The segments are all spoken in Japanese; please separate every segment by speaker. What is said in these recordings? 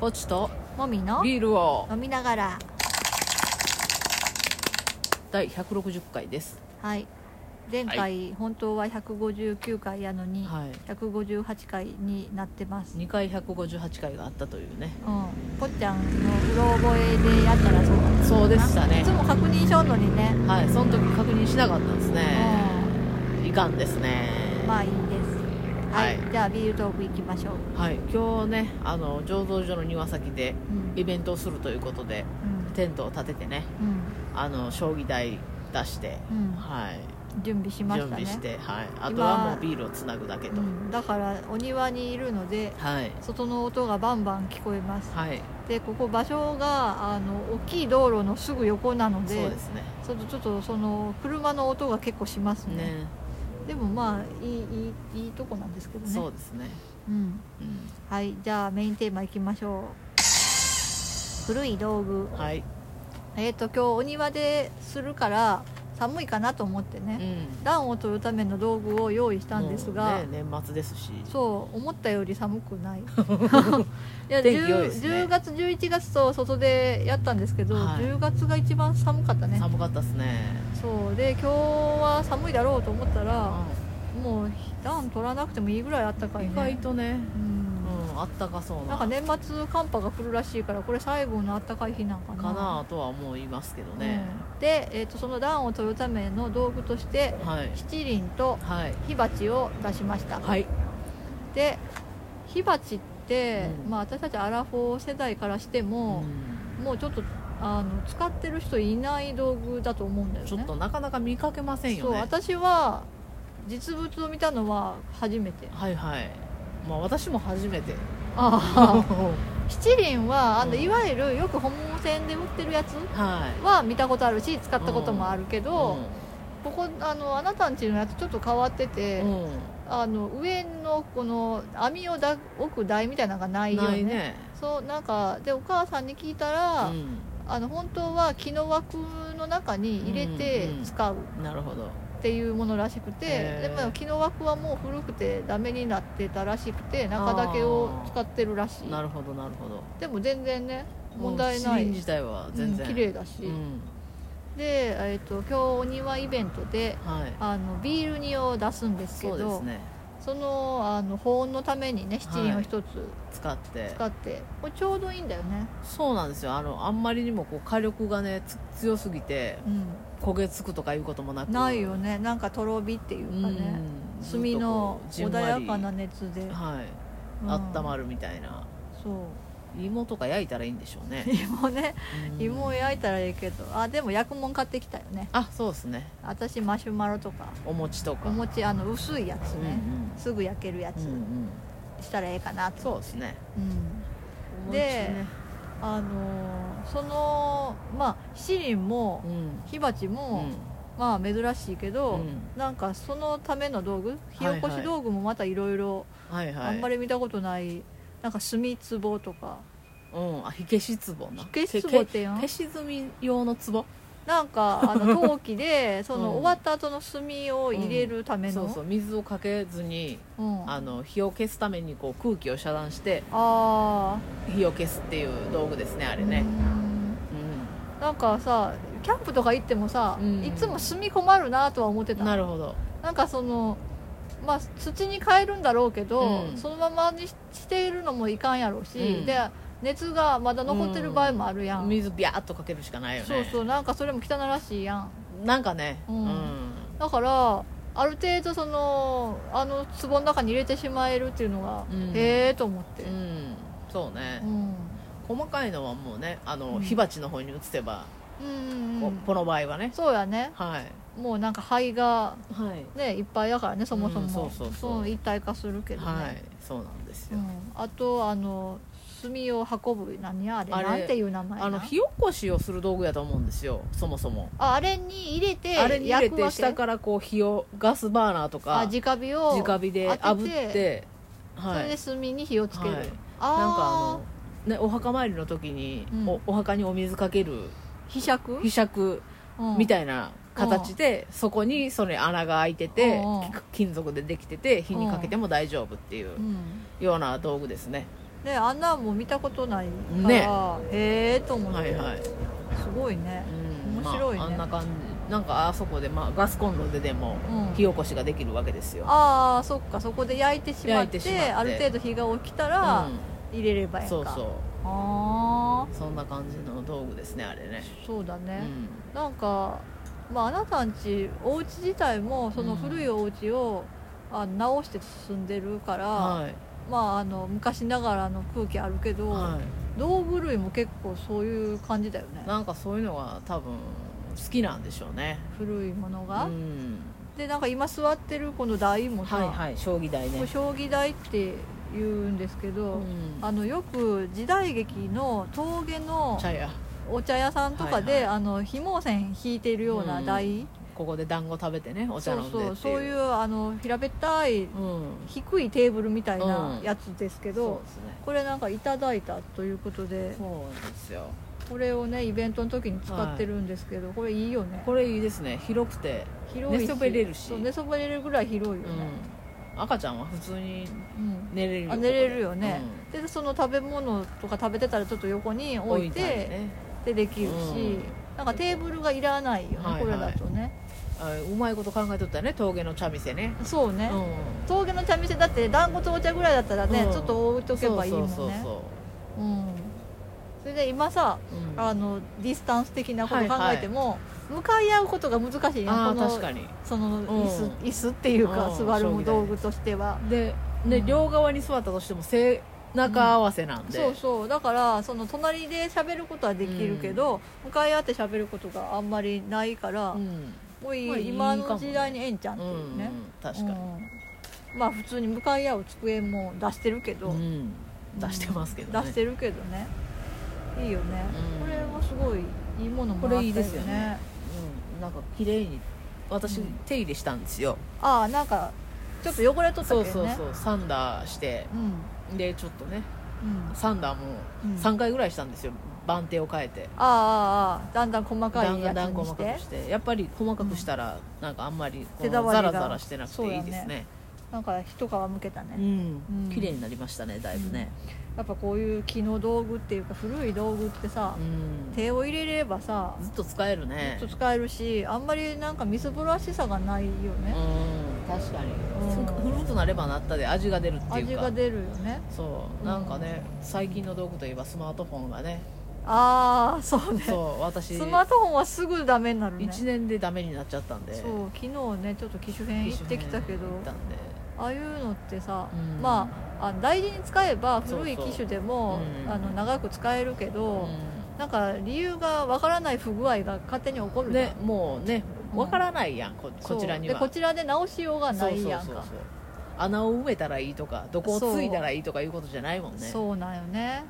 Speaker 1: ポチと
Speaker 2: もみの
Speaker 1: ビールを
Speaker 2: 飲みながら
Speaker 1: 第160回です
Speaker 2: はい前回、
Speaker 1: は
Speaker 2: 本当は159回やのに、
Speaker 1: はい
Speaker 2: 158回になってます、
Speaker 1: 2回158回があったというね
Speaker 2: うん、ぽっちゃんのうろ覚えでやったらそうだった
Speaker 1: そうでしたね
Speaker 2: いつも確認しようのにね、
Speaker 1: はいその時確認しなかったんですねいかんですね
Speaker 2: うんまあいいですはい、
Speaker 1: は
Speaker 2: じゃあビールトーク行きましょう、
Speaker 1: はい今日ねあの醸造所の庭先で
Speaker 2: うん
Speaker 1: イベントをするということでテントを立ててね
Speaker 2: うんうん
Speaker 1: あの将棋台出して、
Speaker 2: うん
Speaker 1: はい
Speaker 2: 準備しまし
Speaker 1: 準
Speaker 2: たね
Speaker 1: 備して、はい、あとはもうビールをつなぐだけと、
Speaker 2: うん、だからお庭にいるので
Speaker 1: はい
Speaker 2: 外の音がバンバン聞こえます
Speaker 1: はい
Speaker 2: でここ場所があの大きい道路のすぐ横なの
Speaker 1: そう
Speaker 2: で
Speaker 1: ですね
Speaker 2: ちょっとちょっとその車の音が結構しますね
Speaker 1: ね
Speaker 2: でもまあいいいいいいとこなんですけどね
Speaker 1: そうですね、
Speaker 2: うん、
Speaker 1: う
Speaker 2: はいじゃあメインテーマいきましょう古い道具
Speaker 1: ん、はい、
Speaker 2: えっ、と今日お庭でするから寒いかなと思って
Speaker 1: う
Speaker 2: ね
Speaker 1: ん
Speaker 2: 暖を取るための道具を用意したんですが、
Speaker 1: もうね、年末ですし
Speaker 2: そう思ったより寒く ないいや
Speaker 1: 天気良い
Speaker 2: 10,
Speaker 1: ですね
Speaker 2: 10月11月と外でやったんですけど、
Speaker 1: はい
Speaker 2: 10月が一番寒かったね
Speaker 1: 寒かったですね、
Speaker 2: そうで今日は寒いだろうと思った
Speaker 1: う
Speaker 2: ら、
Speaker 1: ん
Speaker 2: もう暖取らなくてもいいぐらいあったかいね
Speaker 1: 意外とね、
Speaker 2: うん
Speaker 1: うん、あったかそうな
Speaker 2: なんか年末寒波が来るらしいからこれ最後のあったかい日なんかな
Speaker 1: かなとは思いますけどね、
Speaker 2: うんで、えー、とその暖を取るための道具として
Speaker 1: はい
Speaker 2: 七輪と
Speaker 1: はい
Speaker 2: 火鉢を出しました、
Speaker 1: はい
Speaker 2: で火鉢って、
Speaker 1: うん
Speaker 2: まあ、私たちアラフォー世代からしても、もうちょっとあの使ってる人いない道具だと思うんだよね
Speaker 1: ちょっとなかなか見かけません
Speaker 2: そ
Speaker 1: よ
Speaker 2: う
Speaker 1: ね
Speaker 2: 私は実物を見たのは初めて
Speaker 1: はいはいまあ私も初めて
Speaker 2: あ
Speaker 1: は
Speaker 2: 七輪はあの、
Speaker 1: うん
Speaker 2: いわゆるよく本物線で売ってるやつ
Speaker 1: い
Speaker 2: は見たことあるし使ったこともあるけど、ここあのあなたんちのやつちょっと変わってて、
Speaker 1: うんう
Speaker 2: あの上のこの網をだ置く台みたいなのがない
Speaker 1: ん
Speaker 2: よね
Speaker 1: ないね
Speaker 2: そうなんかでお母さんに聞いたら、
Speaker 1: う
Speaker 2: あの本当は木の枠の中に入れて
Speaker 1: うんうん
Speaker 2: 使うん
Speaker 1: なるほど
Speaker 2: っていうものらしくて、
Speaker 1: へー
Speaker 2: でも木の枠はもう古くてダメになってたらしくて中だけを使ってるらしい
Speaker 1: なるほどなるほど
Speaker 2: でも全然ね問題な
Speaker 1: もうシリ
Speaker 2: い
Speaker 1: ン自体は
Speaker 2: う
Speaker 1: 全
Speaker 2: ん
Speaker 1: 然
Speaker 2: 綺麗だし、
Speaker 1: うん
Speaker 2: で、えー、と今日お庭イベントで
Speaker 1: はい
Speaker 2: あのビール煮を出すんですけ
Speaker 1: そうで
Speaker 2: ど
Speaker 1: すね
Speaker 2: そのあの保温のためにね七輪を一つ
Speaker 1: 使って
Speaker 2: 使って、これちょうどいいんだよね、
Speaker 1: そうなんですよあのあんまりにもこう火力がねつ強すぎて
Speaker 2: うん、
Speaker 1: 焦げつくとかいうこともなく
Speaker 2: ないよねなんかとろ火っていう
Speaker 1: う
Speaker 2: かね、
Speaker 1: んずっ
Speaker 2: 炭
Speaker 1: と
Speaker 2: の
Speaker 1: こうじんわ
Speaker 2: 穏
Speaker 1: り
Speaker 2: やかな熱で、
Speaker 1: はい
Speaker 2: うん
Speaker 1: あったまるみたいな
Speaker 2: そう
Speaker 1: 芋とか焼いたらいいんでしょう ね
Speaker 2: 芋ね
Speaker 1: うん
Speaker 2: 芋を焼いたらいいけどあでも焼くもん買ってきたよね
Speaker 1: あそうですね
Speaker 2: 私マシュマロとか
Speaker 1: お餅とか
Speaker 2: お餅あの薄いやつ
Speaker 1: うん
Speaker 2: ね、すぐ焼けるや
Speaker 1: うん
Speaker 2: つ
Speaker 1: うんうん
Speaker 2: したらええかなと、
Speaker 1: そうですね
Speaker 2: うん
Speaker 1: お餅
Speaker 2: で
Speaker 1: ね
Speaker 2: あのーそのまあ七輪も
Speaker 1: うん
Speaker 2: 火鉢
Speaker 1: う
Speaker 2: も、
Speaker 1: ん
Speaker 2: まあ珍しいけど、
Speaker 1: うん
Speaker 2: なんかそのための道具火起こ
Speaker 1: はいは
Speaker 2: し
Speaker 1: い
Speaker 2: 道具もまたいろいろ
Speaker 1: はいはい
Speaker 2: あんまり見たことないなんか炭壺とか
Speaker 1: うんあ火消し壺な
Speaker 2: 火消し壺ってやん
Speaker 1: 消し済み用の壺
Speaker 2: なんかあ の陶器でその、
Speaker 1: うん
Speaker 2: 終わった後の炭を入れるための、
Speaker 1: そううんそう水をかけずにあの火を消すためにこう空気を遮断して
Speaker 2: あ
Speaker 1: 火を消すっていう道具ですねあ
Speaker 2: あ
Speaker 1: れね
Speaker 2: なんかさキャンプとか行ってもさ、
Speaker 1: うん
Speaker 2: いつも炭困るなとは思って
Speaker 1: うん
Speaker 2: た
Speaker 1: なるほど
Speaker 2: なんかそのまあ土に変えるんだろうけど、
Speaker 1: うん
Speaker 2: そのままにししているのもいかんやろうし、
Speaker 1: うん
Speaker 2: で熱がまだ残ってる場合もあるやん、
Speaker 1: 水ビャーっとかけるしかないよね
Speaker 2: そうそうなんかそれも汚らしいやん
Speaker 1: なんかね
Speaker 2: う
Speaker 1: うんん、
Speaker 2: だからある程度そのあの壺の中に入れてしまえるっていうのが、
Speaker 1: うん
Speaker 2: へえと思って、
Speaker 1: うんそうね
Speaker 2: う、ん
Speaker 1: 細かいのはもうねあの、
Speaker 2: うん
Speaker 1: 火鉢の方に移せば、
Speaker 2: うんう
Speaker 1: こ
Speaker 2: ん
Speaker 1: この場合はね
Speaker 2: そうやね
Speaker 1: はい
Speaker 2: もうなんか灰が
Speaker 1: はい
Speaker 2: ねいっぱいだからねそもそも、
Speaker 1: うんそうそうそう
Speaker 2: の一体化するけどね、
Speaker 1: はいそうなんです
Speaker 2: う
Speaker 1: よ、
Speaker 2: ん、あとあの炭を運ぶ何やあれ
Speaker 1: あれ
Speaker 2: なんていう名前な
Speaker 1: あの火起こしをする道具やと思うんですよそもそも
Speaker 2: ああれに入れて
Speaker 1: あれに入れ
Speaker 2: 焼くわ
Speaker 1: て
Speaker 2: け
Speaker 1: 下からこう火をガスバーナーと
Speaker 2: あ
Speaker 1: か
Speaker 2: 直火を
Speaker 1: 直火で
Speaker 2: 当
Speaker 1: 炙
Speaker 2: て
Speaker 1: ってて
Speaker 2: そ
Speaker 1: は
Speaker 2: れで炭に火をつける、
Speaker 1: はい
Speaker 2: ああ
Speaker 1: なんかあの、ね、お墓参りの時に、
Speaker 2: うん
Speaker 1: おお墓にお水かける
Speaker 2: ひしゃく
Speaker 1: ひしゃくみたいな形で、そこにそれ穴が開いてて、
Speaker 2: うんうん
Speaker 1: き金属でできてて火にかけても大丈夫っていう
Speaker 2: うん
Speaker 1: ような道具ですね、
Speaker 2: であんなんも見たことないから、
Speaker 1: ね
Speaker 2: へえと思って、
Speaker 1: はいはい、
Speaker 2: すごいね
Speaker 1: うん、
Speaker 2: 面白いね
Speaker 1: まあ、あんな感じなんかあそこで、まあ、ガスコンロででも
Speaker 2: うん
Speaker 1: 火起こしができるわけですよ、
Speaker 2: ああそっかそこで焼いてしまって
Speaker 1: 焼いてしまって
Speaker 2: ある程度火が起きた
Speaker 1: う
Speaker 2: ら
Speaker 1: ん、
Speaker 2: 入れればいいんか、
Speaker 1: そうそ
Speaker 2: ああ
Speaker 1: うそんな感じの道具ですねあれね
Speaker 2: そうだ
Speaker 1: う
Speaker 2: ね、
Speaker 1: ん
Speaker 2: なんか、まああなたんちお家自体もその古いお家を、あ直して進んでるから、
Speaker 1: はい
Speaker 2: まああの昔ながらの空気あるけど、
Speaker 1: は
Speaker 2: 道具類も結構そういう感じだよね
Speaker 1: い、なんかそういうのが多分好きなんでしょうね
Speaker 2: 古いものが、
Speaker 1: うん
Speaker 2: でなんか今座ってるこの台もさ、
Speaker 1: はいはい将棋台
Speaker 2: これ
Speaker 1: ね
Speaker 2: 将棋台って言うんですけ
Speaker 1: う
Speaker 2: ど、
Speaker 1: ん
Speaker 2: あのよく時代劇の峠の
Speaker 1: 茶屋
Speaker 2: お茶屋さんとかで、
Speaker 1: はいはい
Speaker 2: あの紐線引いているような台、
Speaker 1: ここで団子食べてねお茶
Speaker 2: そ
Speaker 1: 飲
Speaker 2: うん
Speaker 1: でってい
Speaker 2: そ
Speaker 1: うう
Speaker 2: そういうあの平べった
Speaker 1: う
Speaker 2: い
Speaker 1: ん
Speaker 2: 低いテーブルみたいな
Speaker 1: うん
Speaker 2: やつですけど、
Speaker 1: そうですね
Speaker 2: これなんかいただいたということで
Speaker 1: そうなんですよ
Speaker 2: これをねイベントの時に使ってるんですけど、これいいよね
Speaker 1: これいいですね広くて、
Speaker 2: 広い
Speaker 1: 寝
Speaker 2: し
Speaker 1: そべれるし
Speaker 2: そう寝そべれるぐらい広いよね、
Speaker 1: うん、赤ちゃんは普通に
Speaker 2: うん
Speaker 1: 寝れるよ
Speaker 2: あ
Speaker 1: ここ
Speaker 2: 寝
Speaker 1: で
Speaker 2: れるよね、でその食べ物とか食べてたらちょっと横に
Speaker 1: うん
Speaker 2: 置い
Speaker 1: 置いたり
Speaker 2: て
Speaker 1: ね
Speaker 2: でできるし、
Speaker 1: うん
Speaker 2: なんかテーブルがいらないよね、
Speaker 1: はいはい
Speaker 2: これだとね
Speaker 1: あうまいこと考えとったね峠の茶店ね
Speaker 2: そうね、
Speaker 1: う
Speaker 2: 峠の茶店だって団子とお茶ぐらいだったらね、
Speaker 1: うん
Speaker 2: ちょっと置いと
Speaker 1: ん
Speaker 2: けばいいもんね
Speaker 1: そうそうそう
Speaker 2: うん、それで今さ
Speaker 1: そう、うん
Speaker 2: あのディスタンス的なこと考えても、向かい合うことが難しいね
Speaker 1: あ
Speaker 2: こ
Speaker 1: ー
Speaker 2: の
Speaker 1: 確かに
Speaker 2: その椅子,、
Speaker 1: うん
Speaker 2: 椅子っていうか、
Speaker 1: うん
Speaker 2: 座るも
Speaker 1: 将
Speaker 2: 道
Speaker 1: 棋台
Speaker 2: 具としては
Speaker 1: で、ね
Speaker 2: うん
Speaker 1: 両側に座ったとしても背中合わせなんで、
Speaker 2: そうそうだからその隣で喋ることはできるけど、向かい合って喋ることがあんまりないから、
Speaker 1: うん
Speaker 2: もういい
Speaker 1: まあいいか
Speaker 2: 今の
Speaker 1: もね
Speaker 2: 時代にええんちゃんっ
Speaker 1: う
Speaker 2: て
Speaker 1: ん
Speaker 2: いうね、
Speaker 1: 確かに、
Speaker 2: うんまあ普通に向かい合う机も出してるけど、
Speaker 1: うん出してますけどね、
Speaker 2: 出してるけどねいいよね、
Speaker 1: うん
Speaker 2: これはすごいいいものもらった
Speaker 1: こ
Speaker 2: よね
Speaker 1: れいいですよねうん、なんか綺麗に私、
Speaker 2: うん
Speaker 1: 手入れしたんですよ
Speaker 2: ああなんかちょっと汚れとったけ
Speaker 1: そ
Speaker 2: ど
Speaker 1: う
Speaker 2: ね
Speaker 1: そうそうサンダーして
Speaker 2: うん
Speaker 1: でちょっとね
Speaker 2: うん
Speaker 1: サンダーも
Speaker 2: うん
Speaker 1: 3回ぐらいしたんですよ番手を変えて
Speaker 2: ああああだんだん細か
Speaker 1: だ
Speaker 2: い
Speaker 1: んだ
Speaker 2: や
Speaker 1: ん
Speaker 2: つ
Speaker 1: だん
Speaker 2: に
Speaker 1: 細
Speaker 2: し
Speaker 1: か
Speaker 2: て
Speaker 1: くしてやっぱり細かくしたら、なんかあんまりこ
Speaker 2: 手
Speaker 1: の
Speaker 2: 触り
Speaker 1: ザ
Speaker 2: が
Speaker 1: ラザラしてなくていいですね
Speaker 2: なんか一皮むけたね、
Speaker 1: うん
Speaker 2: うん
Speaker 1: 綺麗になりましたねだいぶね、
Speaker 2: やっぱこういう木の道具っていうか古い道具ってさ
Speaker 1: う、ん
Speaker 2: 手を入れればさ
Speaker 1: ずっと使えるね
Speaker 2: ちょっと使えるしあんまりなんかみすぼらしさがないよ
Speaker 1: う
Speaker 2: ね、
Speaker 1: ん確かに、
Speaker 2: うん
Speaker 1: 古くなればなったで味が出るってい
Speaker 2: 味
Speaker 1: うか
Speaker 2: が出るよね
Speaker 1: そう
Speaker 2: うん
Speaker 1: なんかね最近の道具といえばスマートフォンがね
Speaker 2: ああそうね
Speaker 1: そう私
Speaker 2: スマートフォンはすぐダメになるね
Speaker 1: 1年でダメになっちゃったんで
Speaker 2: そう昨日ねちょっと機種変
Speaker 1: 機
Speaker 2: 行っ
Speaker 1: 種
Speaker 2: て
Speaker 1: 変
Speaker 2: きたけど
Speaker 1: 行ったんで
Speaker 2: ああいうのってさ、
Speaker 1: うん
Speaker 2: まああ大事に使えば古い
Speaker 1: そうそう
Speaker 2: 機種でも
Speaker 1: うん
Speaker 2: あの長く使えるけど、
Speaker 1: う
Speaker 2: なんか理由がわからない不具合が勝手に起こる
Speaker 1: ん
Speaker 2: じゃん
Speaker 1: ねもうね
Speaker 2: うん
Speaker 1: わからないやんここちらには
Speaker 2: そうでこちらで直しようがないやんか
Speaker 1: そうそうそうそう穴を埋めたらいいとかどこをついたらいいとかいうことじゃないもんね
Speaker 2: そうなんよね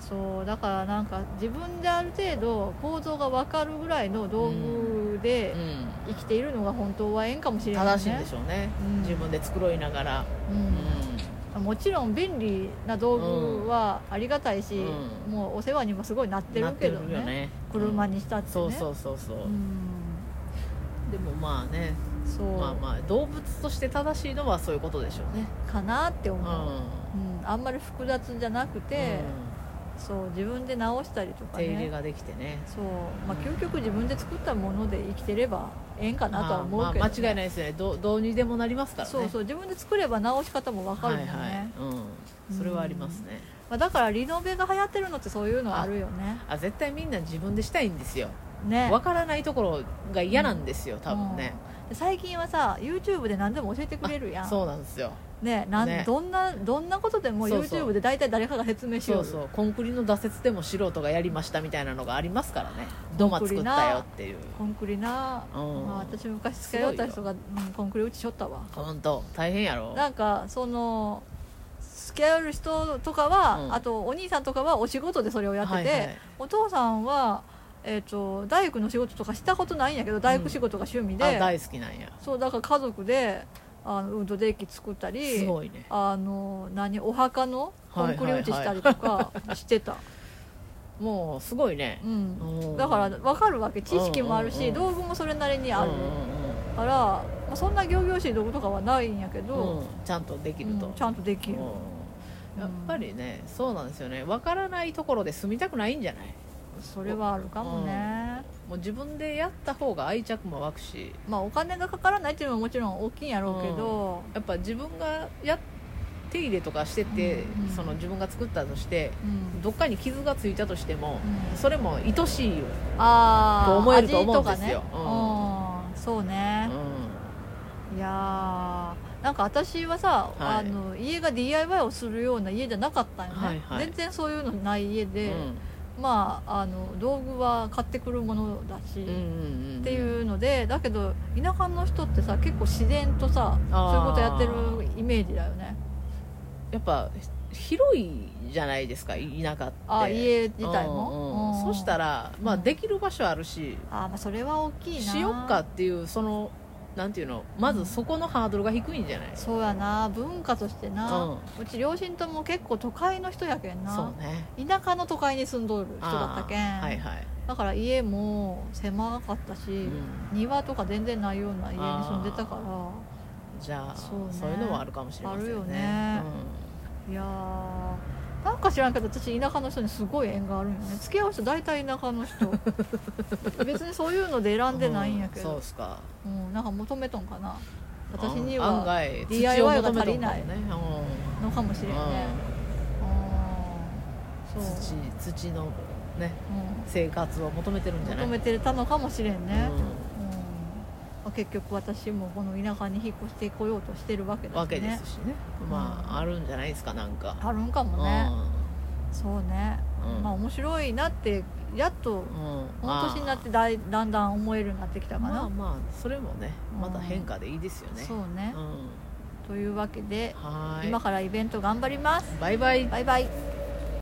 Speaker 2: そうだからなんか自分である程度構造が分かるぐらいの道具で
Speaker 1: うん
Speaker 2: 生きているのが本当はええんかもしれないね
Speaker 1: 正しいんでしょうね、
Speaker 2: うん
Speaker 1: 自分で繕いながら、
Speaker 2: うんもちろん便利な道具はありがたいし、
Speaker 1: うん
Speaker 2: もうお世話にもすごいなってるけどね車にしたってね、
Speaker 1: そうそうそうそう、
Speaker 2: うん
Speaker 1: でもまあね
Speaker 2: そう、
Speaker 1: まあまあ動物として正しいのはそういうことでしょうね
Speaker 2: かなって
Speaker 1: うん、
Speaker 2: 思う、うんあんまり複雑じゃなくて、そう自分で直したりと
Speaker 1: うん
Speaker 2: か
Speaker 1: 手
Speaker 2: ね
Speaker 1: 入れができてね
Speaker 2: そう、まあ、究極自分で作ったもので生きてればええんかなとは思うけど、ね
Speaker 1: まあ、間違いないですよねどうどうにでもなりますからね
Speaker 2: そうそう自分で作れば直し方も分かるもんね、
Speaker 1: はいはいうん、それはありますね、
Speaker 2: まあ、だからリノベが流行ってるのってそういうのあるよね
Speaker 1: あ絶対みんな自分でしたいんですよ
Speaker 2: ね
Speaker 1: わからないところが嫌なんですよ、多分ね、
Speaker 2: で最近はさ YouTube で何でも教えてくれるやん
Speaker 1: そうなんですよ
Speaker 2: ねなん
Speaker 1: ね
Speaker 2: どんなどんなことでも
Speaker 1: そうそう
Speaker 2: YouTube で大体誰かが説明しよ
Speaker 1: そううそうコンクリの挫折でも素人がやりましたみたいなのがありますからね土間作ったよっていう
Speaker 2: コンクリな、
Speaker 1: うん
Speaker 2: まあ、私昔付き合いよった人が、うんコンクリ打ちしょったわ
Speaker 1: 本当大変やろ
Speaker 2: なんかその付き合う人とかは、
Speaker 1: うん
Speaker 2: あとお兄さんとかはお仕事でそれをやってて、
Speaker 1: はいはい
Speaker 2: お父さんは、えー、と大工の仕事とかしたことないんやけど大工仕事が趣味で、
Speaker 1: あ大好きなんや
Speaker 2: そうだから家族であのウッドデッキ作ったり
Speaker 1: すごいね
Speaker 2: あの何お墓のコンクリ打ちしたりとかし てた、
Speaker 1: もうすごいね
Speaker 2: うん、
Speaker 1: うん
Speaker 2: だから分かるわけ知識もあるし、
Speaker 1: うんうん
Speaker 2: 道具もそれなりにある
Speaker 1: うんう
Speaker 2: から、まあ、そんな仰々しい道具とかはないんやけ
Speaker 1: んうん
Speaker 2: ど、
Speaker 1: うんちゃんとできる
Speaker 2: うん
Speaker 1: と、
Speaker 2: ちゃんとできる
Speaker 1: うんやっぱりねそうなんですよねわからないところで住みたくないんじゃない
Speaker 2: それはあるかもね、
Speaker 1: もう自分でやった方が愛着も湧くし
Speaker 2: まあお金がかからないっていうのはもちろん大きいんやろうけど、
Speaker 1: やっぱ自分がやっ手入れとかしてて、
Speaker 2: うんうん
Speaker 1: その自分が作ったとして
Speaker 2: うん
Speaker 1: どっかに傷がついたとしても、
Speaker 2: うん
Speaker 1: それも愛しいよ、
Speaker 2: ああ
Speaker 1: と思えると思うんですよ
Speaker 2: 味とかねうんそう
Speaker 1: う
Speaker 2: ね
Speaker 1: ん、、
Speaker 2: いやーなんか私はさ、
Speaker 1: はい
Speaker 2: あの家が DIY をするような家じゃなかったよね、
Speaker 1: はいはい
Speaker 2: 全然そういうのない家
Speaker 1: う
Speaker 2: で、
Speaker 1: ん
Speaker 2: まああの道具は買ってくるものだし、
Speaker 1: うんうんうん
Speaker 2: っていうのでだけど田舎の人ってさ結構自然とさ
Speaker 1: あー
Speaker 2: そういうことやってるイメージだよね
Speaker 1: やっぱ広いじゃないですか田舎って
Speaker 2: あ家自体も、
Speaker 1: うんうんそした
Speaker 2: ら
Speaker 1: ら、まあ、
Speaker 2: うん
Speaker 1: できる場所あるし、
Speaker 2: あー、まあそれは大きいな
Speaker 1: しよっかっていうそのなんていうのまずそこのハードルが低いんじゃない、
Speaker 2: そうやな文化としてな、
Speaker 1: う
Speaker 2: うんち両親とも結構都会の人やけんな
Speaker 1: そうね
Speaker 2: 田舎の都会に住んどる人だったけ
Speaker 1: あ
Speaker 2: ん、
Speaker 1: ーはいはい、
Speaker 2: だから家も狭かったし、
Speaker 1: うん
Speaker 2: 庭とか全然ないような家に住んでたから
Speaker 1: じゃあそ,、
Speaker 2: そうう
Speaker 1: い
Speaker 2: ね
Speaker 1: うのはあるかもしれませんね
Speaker 2: あるよねいやーなんか知らんけど私田舎の人にすごい縁があるんよね付き合う人大体田舎 の人別にそういうので
Speaker 1: う
Speaker 2: 選んでないんやけ
Speaker 1: そう
Speaker 2: ど
Speaker 1: っ、すか
Speaker 2: うんなんか求めとんかな私に
Speaker 1: うん案
Speaker 2: は
Speaker 1: 外
Speaker 2: DIY
Speaker 1: 土を求めとんかも
Speaker 2: が足り
Speaker 1: ね、
Speaker 2: のかもし
Speaker 1: う
Speaker 2: れ
Speaker 1: ん
Speaker 2: んねうん
Speaker 1: うん
Speaker 2: そう、
Speaker 1: 土土のね
Speaker 2: うん
Speaker 1: 生活を求めてるんじゃない
Speaker 2: 求めてたのかもしれんね、
Speaker 1: う
Speaker 2: うんまあ結局私もこの田舎に引っ越してこようとしてるわけだ
Speaker 1: ん
Speaker 2: しね
Speaker 1: わけですしねま
Speaker 2: うん
Speaker 1: ああるんじゃないですかなんか、
Speaker 2: あるんかもね、そうね、
Speaker 1: うん
Speaker 2: まあ面白いなってやっと
Speaker 1: うん、うん
Speaker 2: この年になってだいだんだん思えるようになってきたか
Speaker 1: ま
Speaker 2: な、
Speaker 1: あまあそれもねまた変化でいいですよね、
Speaker 2: そうね、
Speaker 1: うん
Speaker 2: というわけで、
Speaker 1: はーい
Speaker 2: 今からイベント頑張ります
Speaker 1: バイバイ
Speaker 2: バイバイ